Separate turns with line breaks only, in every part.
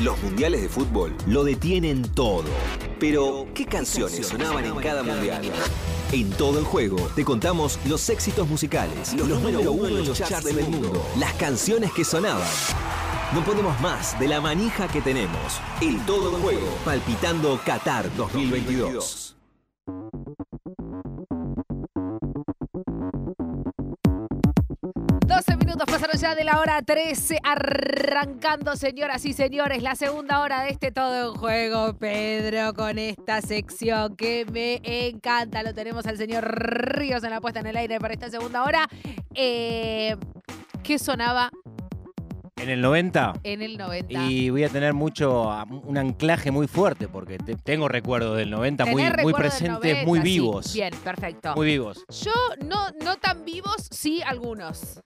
Los mundiales de fútbol lo detienen todo. Pero, ¿qué canciones sonaban en cada mundial? En todo el juego te contamos los éxitos musicales, los, número uno en los charts del mundo, las canciones que sonaban. No podemos más de la manija que tenemos. En todo el juego, palpitando Qatar 2022.
pasaron ya de la hora 13, arrancando, señoras y señores, la segunda hora de este Todo en Juego, Pedro, con esta sección que me encanta. Lo tenemos al señor Ríos en la puesta en el aire para esta segunda hora. Eh, ¿Qué sonaba
En el 90.
en el 90?
Y voy a tener mucho, a- un anclaje muy fuerte, porque te- tengo recuerdos del 90 muy,
Tener
muy
recuerdos del
presentes,
90,
muy
sí.
vivos.
Bien, perfecto.
Muy vivos.
Yo no, no tan vivos, sí algunos.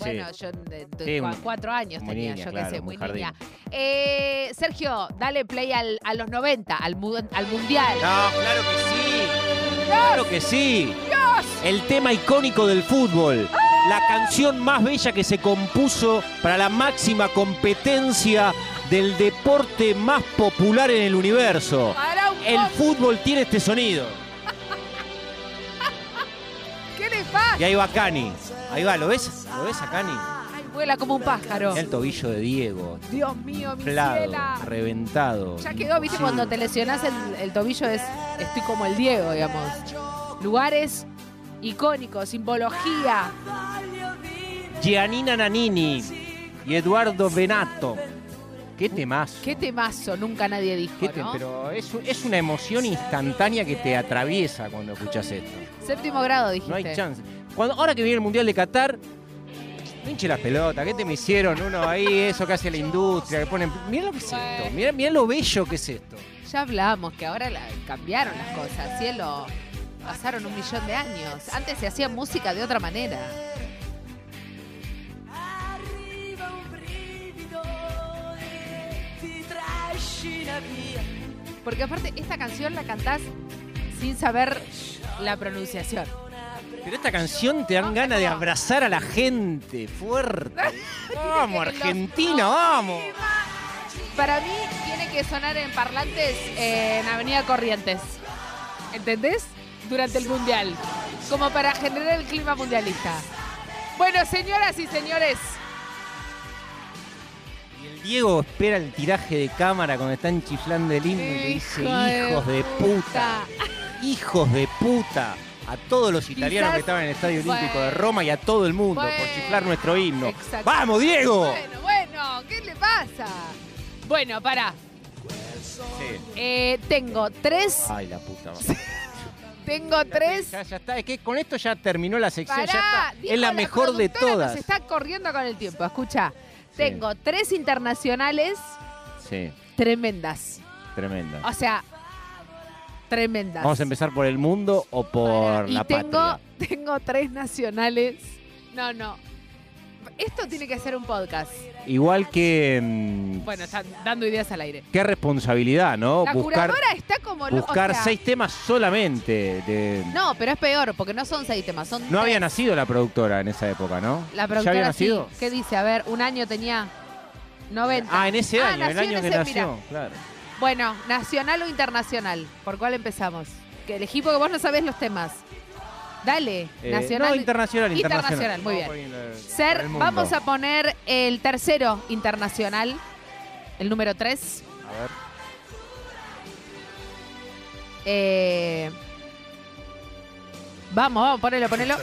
Bueno, yo de- de-
Sí,
cua-
un-
cuatro años
muy
tenía,
niña,
yo qué
claro,
sé, muy
muy jardín.
niña. Eh, Sergio, dale play al, a los 90, al, mu- al Mundial.
No, claro que sí. Claro que sí. El tema icónico del fútbol.
Ah.
La canción más bella que se compuso para la máxima competencia del deporte más popular en el universo.
Pará un
El
poco,
fútbol tiene este sonido.
¿Qué le pasa?
Y ahí va Cani. Ahí va, ¿lo ves? ¿Lo ves a Cani?
Ay, vuela como un pájaro.
Mirá el tobillo de Diego.
Dios mío, mi
Inflado,
ciela.
reventado.
Ya quedó, viste,
Sí.
cuando te lesionás el, el tobillo es estoy como el Diego, digamos. Lugares icónicos, simbología.
Giannina Nanini y Eduardo Benato. Qué temazo.
Qué temazo, nunca nadie dijo,
Qué te-
¿no?
Pero es, es una emoción instantánea que te atraviesa cuando escuchas esto.
Séptimo grado, dijiste.
No hay chance. Cuando, ahora que viene el Mundial de Qatar, no hinche las pelotas, ¿qué te me hicieron? Uno ahí, eso que hace la industria, que ponen. Mirá lo que es esto, mirá, mirá lo bello que es esto.
Ya hablábamos que ahora la- cambiaron las cosas, cielo. Pasaron un millón de años. Antes se hacía música de otra manera.
Arriva un brivido e ti trascina via.
Porque aparte, esta canción la cantás sin saber la pronunciación.
Pero esta canción te dan ganas de abrazar a la gente fuerte. Vamos, Argentina, vamos.
Para mí, tiene que sonar en parlantes eh, en Avenida Corrientes. ¿Entendés? Durante el mundial. Como para generar el clima mundialista. Bueno, señoras y señores,
Y el Diego espera el tiraje de cámara cuando están chiflando el himno y le dice: Hijos de puta. hijos de puta a todos los italianos
Quizás-
que estaban en el Estadio Olímpico de
Bueno.
Roma y a todo el mundo por
Bueno.
chiflar nuestro himno.
Exacto.
¡Vamos, Diego!
Bueno, bueno, ¿qué le pasa? Bueno, pará.
Sí.
Eh, tengo tres,
Ay, la puta. madre.
tengo tres.
Ya, ya está, es que con esto ya terminó la sección,
Pará,
ya está.
dijo
Es la mejor de
productora,
todas.
Nos está corriendo con el tiempo, escucha. Tengo tres internacionales
Sí,
tremendas.
tremenda.
O sea, tremendas.
Vamos a empezar por el mundo o por
Pará,
la
y tengo,
patria.
tengo tres nacionales. No, no. Esto tiene que ser un podcast.
Igual que mm,
Bueno, están dando ideas al aire.
qué responsabilidad, ¿no?
La
buscar
curadora está como... lo- o
buscar
sea,
seis temas solamente. de- no,
No, pero es peor, porque no son seis temas, son tres.
había nacido la productora en esa época, ¿no?
La
¿Ya había
productora sí.
nacido?
¿Qué dice? A ver, un año tenía 90.
Ah, en ese
Ah,
año, el
nació en
año que
ese,
nació,
mira.
claro.
Bueno, nacional o internacional. ¿Por cuál empezamos? Que elegí porque vos no sabés los temas. Dale,
Eh,
nacional.
no, internacional, internacional.
Internacional, muy bien.
Vamos por el- por
Ser,
el mundo.
vamos a poner el tercero internacional, el número 3.
A ver.
Eh, vamos, vamos, ponelo, ponelo.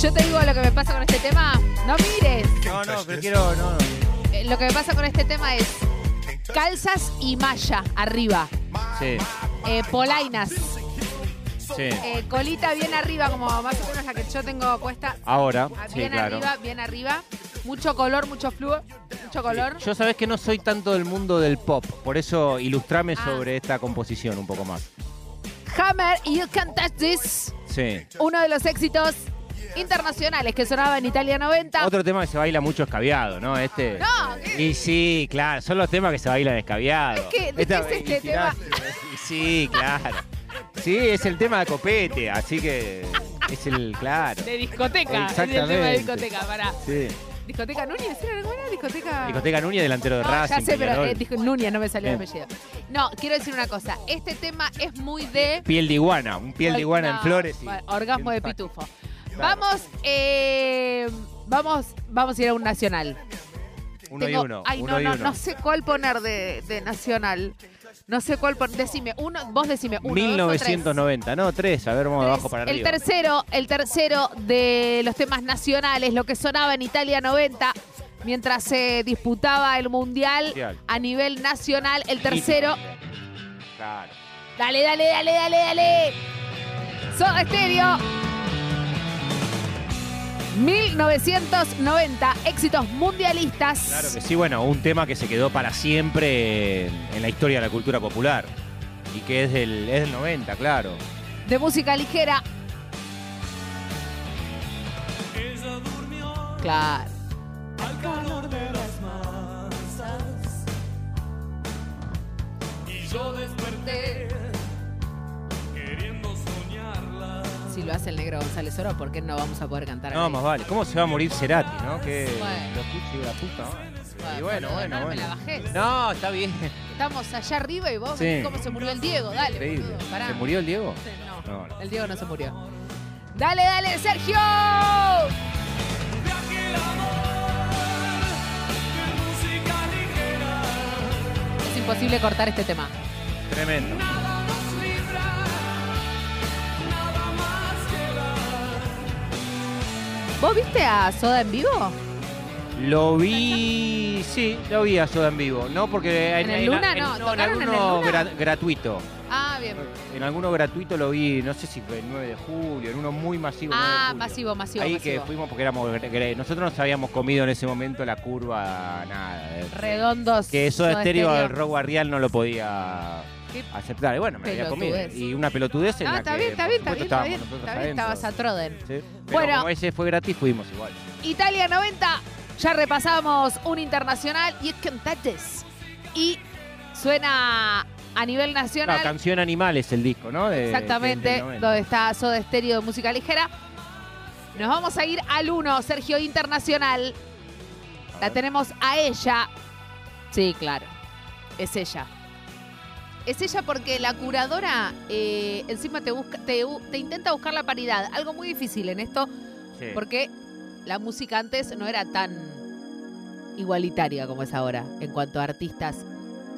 Yo te digo lo que me pasa con este tema. No mires.
No, no, pero quiero. No, no.
Eh, lo que me pasa con este tema es calzas y malla arriba,
Sí,
eh, polainas,
sí.
eh, colita bien arriba, como más o menos la que yo tengo puesta,
Ahora,
ah,
sí,
bien
claro.
arriba, bien arriba, mucho color, mucho fluo, mucho color.
Yo sabés que no soy tanto del mundo del pop, por eso ilustrame
Ah.
sobre esta composición un poco más.
Hammer, You Can Touch This,
Sí.
uno de los éxitos internacionales que sonaba en Italia 90.
Otro tema que se baila mucho escabiado, ¿no? Este.
No, ¿qué?
Y sí, claro, son los temas que se bailan
Es
escabiado.
que, ¿de
Esta-
qué es este
y tirás- y sí, claro. Sí, es el tema de copete, así que es el claro.
de discoteca, es el tema de
Exactamente.
discoteca, para.
Sí.
¿Discoteca Núñez? ¿Era alguna discoteca?
Discoteca Núñez, delantero de
No,
Racing.
ya sé, pero
Peñarol.
eh, disco- Núñez no me salió el
Bien.
apellido. No, quiero decir una cosa. Este tema es muy de...
Piel de iguana, un piel de iguana
No,
en flores. y-
bueno, orgasmo de
Bien fácil.
pitufo. Vamos, eh, vamos, vamos a ir a un nacional.
Uno y
Tengo-
uno.
Ay,
uno
no,
y
no,
uno.
no sé cuál poner de, de nacional. No sé cuál poner. Decime, uno, vos decime. Uno, dos o tres.
1990, no, tres, a ver, vamos de abajo para
El
arriba.
tercero, el tercero de los temas nacionales, lo que sonaba en Italia 90, mientras se disputaba el mundial
Mundial.
a nivel nacional. El tercero,
Claro.
dale, dale, dale, dale, dale. Soda Stereo. 1990, éxitos mundialistas.
Claro que sí, bueno, un tema que se quedó para siempre en, en la historia de la cultura popular. Y que es del, es del 90, claro.
de música ligera. Claro. Si lo hace el negro González Oro, ¿por qué no vamos a poder cantar?
No,
al
más
aire?
vale. ¿Cómo se va a morir Cerati, no? Que
Bueno.
lo escuche la puta. madre. Y
Bueno,
bueno,
boludo,
bueno,
no me
bueno.
la bajé.
No, está bien.
Estamos allá arriba y vos
Sí.
ves cómo se murió el Diego. Dale,
Increíble.
boludo, pará.
¿Se murió el Diego?
No.
No, no.
El Diego no se murió. Dale, dale, Sergio. Es imposible cortar este tema.
Tremendo.
¿Vos viste a Soda en vivo?
Lo vi, sí, lo vi a Soda en vivo. No, porque
¿En el Luna? No,
en
¿tocaron en el
alguno
Luna?
gra- gratuito.
Ah, bien.
En alguno gratuito lo vi, no sé si fue el 9 de julio, en uno muy masivo. 9 de
Ah,
julio.
masivo, masivo,
Ahí que
masivo.
fuimos porque éramos. gre- gre- Nosotros nos habíamos comido en ese momento la curva, nada. eh,
Redondos.
Que eso de
Soda
estéreo
Stereo. Ah,
al rock barrial no lo podía
Qué
aceptar. Y bueno, me la había comido.
pelotudez.
Y una pelotudez en
No,
la
está
que,
bien, está
por
bien, está
supuesto,
bien, está
estábamos
bien.
nosotros
Está bien,
adentro.
estabas a Troden.
Sí, Pero
Bueno.
como ese fue gratis, fuimos igual.
Italia 90. Ya repasábamos un internacional y es cantantes. Y suena a nivel
No,
nacional.
Canción Animal es el disco, ¿no? De- del
Exactamente,
90.
donde está Soda Estéreo de música ligera. Nos vamos a ir al 1, Sergio Internacional. La tenemos a ella. Sí, claro. Es ella. Es ella porque la curadora eh, encima te, busca, te, bu- te intenta buscar la paridad. Algo muy difícil en esto
Sí.
porque la música antes no era tan igualitaria como es ahora en cuanto a artistas,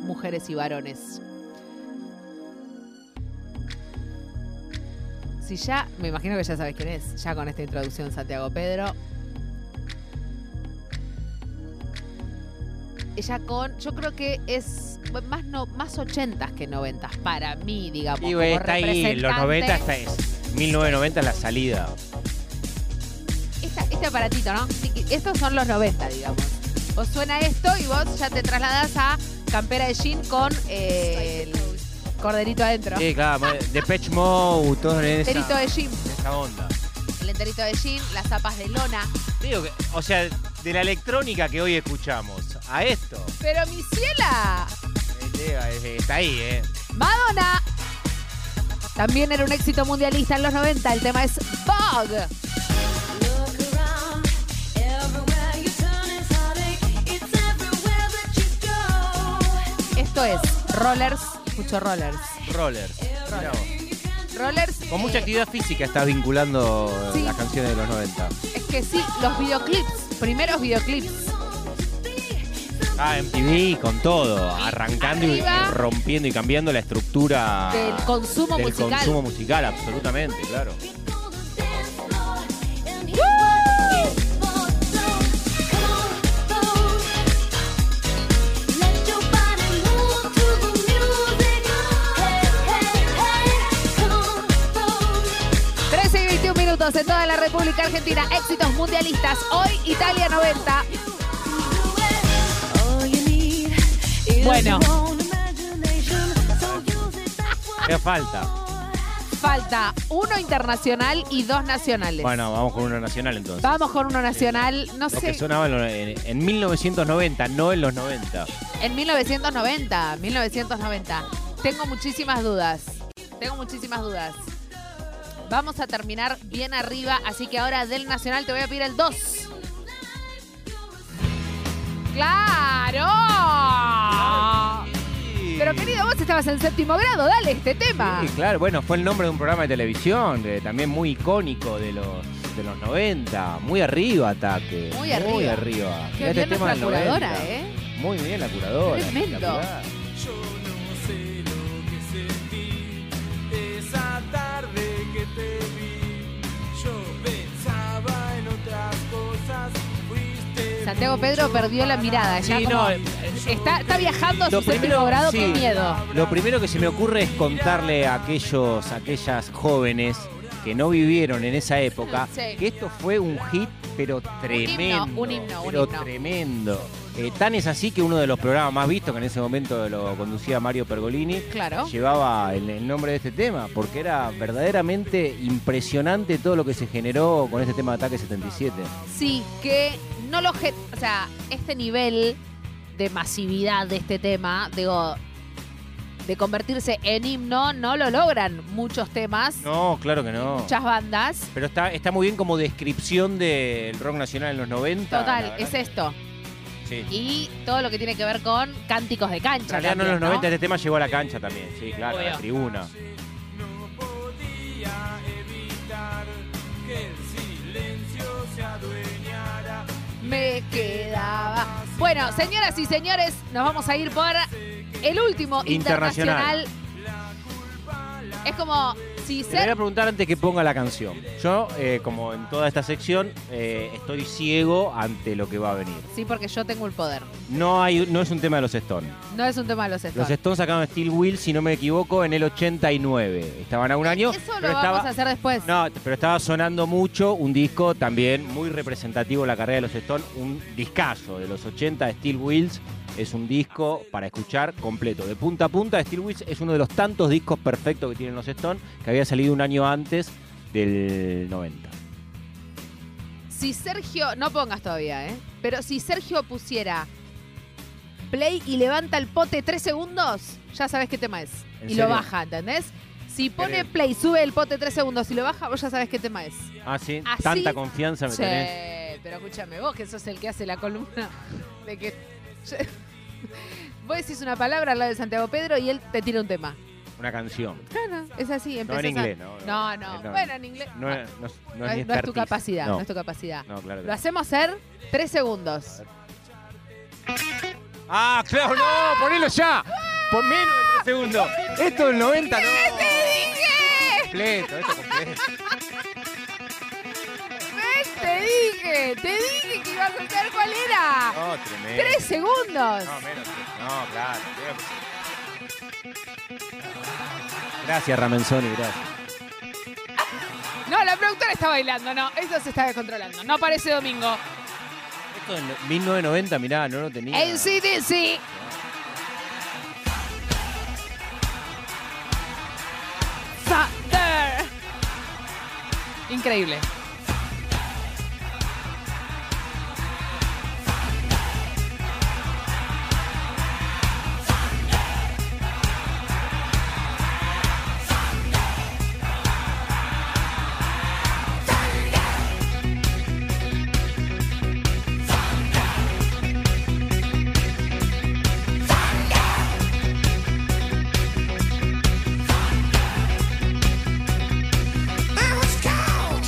mujeres y varones. Si ya, me imagino que ya sabes quién es, ya con esta introducción Santiago Pedro. Ella con, yo creo que es más no, más 80 que 90 para mí, digamos.
Y
como
güey, está ahí, los 90
representante.
hasta es 1990 es la salida.
Esta- este aparatito, ¿no? Sí, que Estos son los 90, digamos. Vos suena esto y vos ya te trasladás a campera de jean con eh, el corderito adentro.
Sí, claro, Depeche Mode, todo en esa,
Enterito de jean.
en esa onda.
El enterito de jean, las zapas de lona.
Digo que, o sea, de la electrónica que hoy escuchamos a esto,
Pero mi ciela,
eh, eh, está ahí, ¿eh?
Madonna. También era un éxito mundialista en los 90. El tema es Bog. Esto es Rollers. Escucho Rollers.
Roller. Mirá vos.
Rollers.
Con
eh,
mucha actividad física estás vinculando eh,
Sí.
las canciones de los 90.
Es que sí, los videoclips. Primeros videoclips.
Ah, MTV con todo, arrancando y-
arriba.
y rompiendo y cambiando la estructura
Del consumo
del
musical.
consumo musical, absolutamente, claro.
Hey,
13 y 21 minutos en toda la República Argentina. Éxitos mundialistas. Hoy Italia 90. Bueno,
¿Qué falta?
falta uno internacional y dos nacionales.
Bueno, vamos con una nacional entonces.
Vamos con uno nacional, no
Lo que
sé,
sonaba en, lo- en- en 1990, no en los 90.
en 1990, 1990. Tengo muchísimas dudas, tengo muchísimas dudas. Vamos a terminar bien arriba, así que ahora del nacional te voy a pedir el 2. ¡Claro! Pero querido, vos estabas en séptimo grado, dale este tema.
Sí, claro, bueno, fue el nombre de un programa de televisión, de- también muy icónico de los, de los 90. Muy arriba, Ataque.
Muy arriba.
arriba.
Qué
Este
Mirá
bien nuestra
del
curadora,
90.
¿eh?
Muy bien la curadora.
Tremendo.
espectacular.
Yo no sé lo que sentí esa tarde que te vi. Yo pensaba en otras cosas. Fuiste
Santiago Pedro
mucho
perdió la
para
mirada. Ya
Sí,
como-
no, eh,
está, está viajando a su
Lo
séptimo
primero,
grado,
sí.
qué miedo.
Lo primero que se me ocurre es contarle a aquellos, a aquellas jóvenes que no vivieron en esa época
Sí.
que esto fue un hit, pero tremendo.
un himno, un
pero
himno.
tremendo. Eh, tan es así que uno de los programas más vistos, que en ese momento lo conducía Mario Pergolini,
Claro.
llevaba el, el nombre de este tema, porque era verdaderamente impresionante todo lo que se generó con este tema de Ataque 77.
Sí, que no lo... gen- O sea, este nivel de masividad de este tema, digo, de convertirse en himno, no lo logran muchos temas,
No, Ah, claro que no.
muchas bandas.
Pero está, está muy bien como descripción del rock nacional en los 90. la
Total,
verdad
es
que-
esto.
sí.
Y todo lo que tiene que ver con cánticos de
En
cancha.
realidad no en
también,
los 90 este tema llegó a la cancha también, sí, claro, a
Obvio.
la tribuna.
No podía evitar que el silencio se adueñara.
Me quedaba. Bueno, señoras y señores, nos vamos a ir por el último internacional.
Internacional.
Es como si
Te voy a
ser.
preguntar antes que ponga la canción. Yo, eh, como en toda esta sección, eh, estoy ciego ante lo que va a venir.
Sí, porque yo tengo el poder.
No, hay, no es un tema de los Stones.
No es un tema de los
Los
Stones.
Stones sacaron Steel Wheel, si no me equivoco, en el 89. Estaban a un año.
Eso lo
pero
vamos
estaba-
a hacer después.
No, t- pero estaba sonando mucho un disco también muy representativo de la carrera de los Stones, un discazo de los 80, Steel Wheels. Es un disco para escuchar completo. De punta a punta, Steel Wheels es uno de los tantos discos perfectos que tienen los Stones, que había salido un año antes del 90.
Si Sergio. No pongas todavía, ¿eh? Pero si Sergio pusiera play y levanta el pote tres segundos, ya sabes qué tema es. Y
¿En serio?
lo baja, ¿entendés? Si pone
Eh.
play, sube el pote tres segundos y lo baja, vos ya sabes qué tema es.
Ah, sí,
Así-
tanta confianza me
Sí,
tenés.
pero escúchame, vos que sos el que hace la columna de que. Vos decís una palabra al lado de Santiago Pedro y él te tira un tema.
Una canción.
Claro, es así,
No
empezás
en
a-
inglés, ¿no?
No, no,
No,
bueno, en inglés.
No,
No,
es- no es- no
no
es mi
es, no es tu
expertise.
capacidad, no.
No,
es tu capacidad.
no, claro que
Lo
no.
hacemos ser tres segundos.
Ah, claro, no, ponelo ya. Por menos de tres segundos. Esto del 90 no. Completo, esto completo.
¿Ves? Te dije, te dije que ibas a saber cuál era.
No, tremendo.
Tres segundos.
No, menos. No, claro. Gracias, Ramenzoni, gracias.
No, la productora está bailando, no, eso se está descontrolando. No parece domingo.
Esto en 1990, mirá, no lo tenía.
NCDC. Thunder. Increíble.
I was caught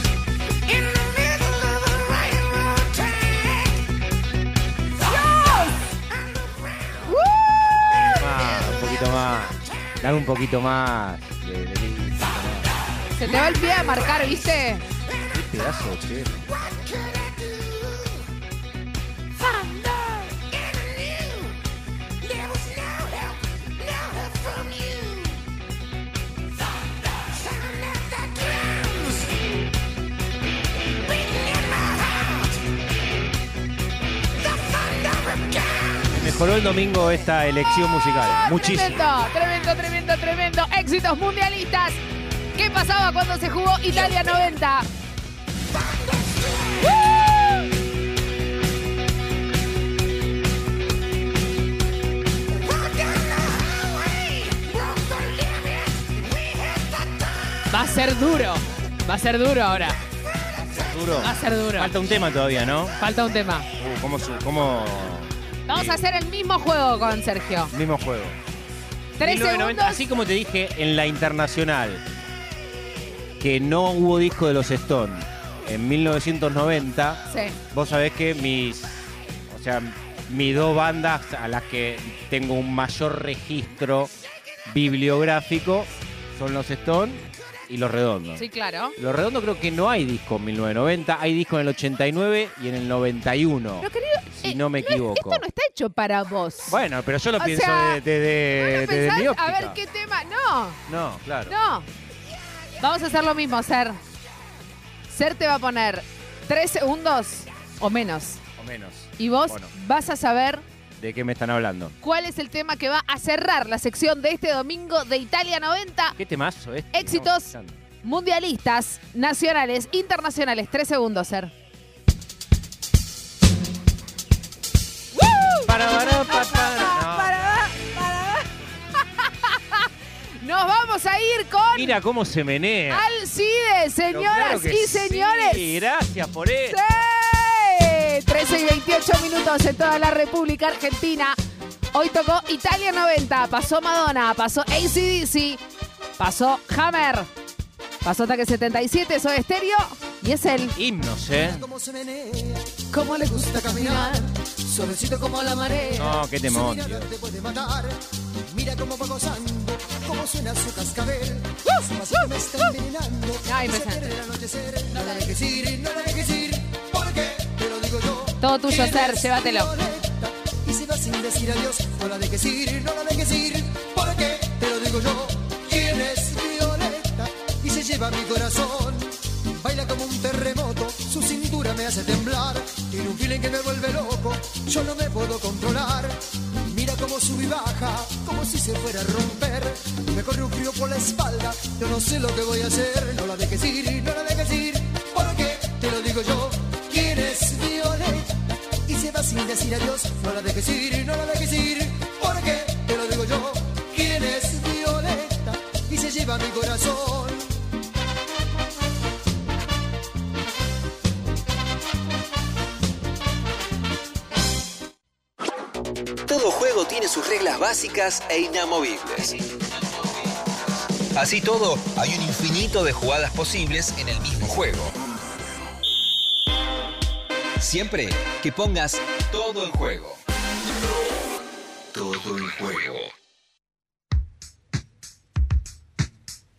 in the middle of a railroad track.
Más, Ah, un poquito más. Dame un poquito más. de- de- de- un poquito más.
Se te va el pie a marcar, ¿viste?
Qué pedazo de tema.
What could I do? And I knew there was no help, no help from you. Sound of the drums beating in my heart. The thunder of guns.
Mejoró el domingo esta elección musical. Muchísimo.
Tremendo, tremendo, tremendo, tremendo. Éxitos mundialistas. ¿Qué pasaba cuando se jugó Italia 90?
Walked down the highway, broke the limits. We hit the top.
Va a ser duro. Va a ser duro ahora.
Duro.
Va a ser duro.
Falta un tema todavía, ¿no?
Falta un tema.
Uh, ¿cómo, su- cómo
Vamos a hacer el mismo juego con Sergio.
Mismo juego.
Tres
1990,
segundos.
así como te dije en la internacional que no hubo disco de los Stones en 1990,
Sí.
vos sabés que mis, o sea, mis dos bandas a las que tengo un mayor registro bibliográfico son los Stones y los Redondos.
Sí, claro.
Los Redondos creo que no hay disco en 1990, hay disco en el 89 y en el 91,
Pero querido,
si
eh,
no me equivoco.
esto no está hecho para vos.
Bueno, pero yo lo
O
pienso
sea,
de- de- de-
¿Vos no
desde mi
pensás?
óptica.
a ver qué tema. No,
No, claro.
no. Vamos a hacer lo mismo, Ser. Ser te va a poner tres segundos o menos.
O menos.
Y vos
Bueno.
vas a saber
¿De qué me están hablando?
cuál es el tema que va a cerrar la sección de este domingo de Italia 90.
¿Qué eh? temazo es?
Éxitos. Mundialistas, nacionales, internacionales. Tres segundos, Ser.
Para, para, para, para. No.
Nos vamos a ir con
Mira cómo se menea.
Alcides,
Pero
señoras
claro que
y señores.
Sí, gracias por eso.
¡Sí! 13 y 28 minutos en toda la República Argentina. Hoy tocó Italia 90, pasó Madonna, pasó ACDC, pasó Hammer, pasó Ataque 77, Soy Estéreo y es él.
Himnos, ¿eh?
Cómo se menea, cómo le gusta caminar, suavecito como la marea.
No, qué temón,
Su mirada
Dios.
te puede matar. Mira cómo va gozando, cómo suena su cascabel.
¡Uh!
su pasión me está envenenando.
Ay,
Se
presente.
pierde el anochecer. No la dejes ir, no la dejes ir, porque te lo digo yo.
Todo tuyo,
Que
Ser,
eres
llévatelo.
violeta. Y se va sin decir adiós, no la dejes ir, no la dejes ir, porque te lo digo yo. ¿Quién es Violeta? Y se lleva mi corazón. Baila como un terremoto, su cintura me hace temblar. Tiene un feeling que me vuelve loco, yo no me puedo controlar. Mira cómo sube y baja, como si se fuera a romper. Me corre un frío por la espalda, yo no sé lo que voy a hacer. No la dejes ir, no la dejes ir, porque te lo digo yo. ¿Quién es Violeta? Y se va sin decir adiós, no la dejes ir, no la dejes ir, porque te lo digo yo. ¿Quién es Violeta? Y se lleva mi corazón.
Todo juego tiene sus reglas básicas e inamovibles. Así todo, hay un infinito de jugadas posibles en el mismo juego. Siempre que pongas todo en juego. Todo en juego.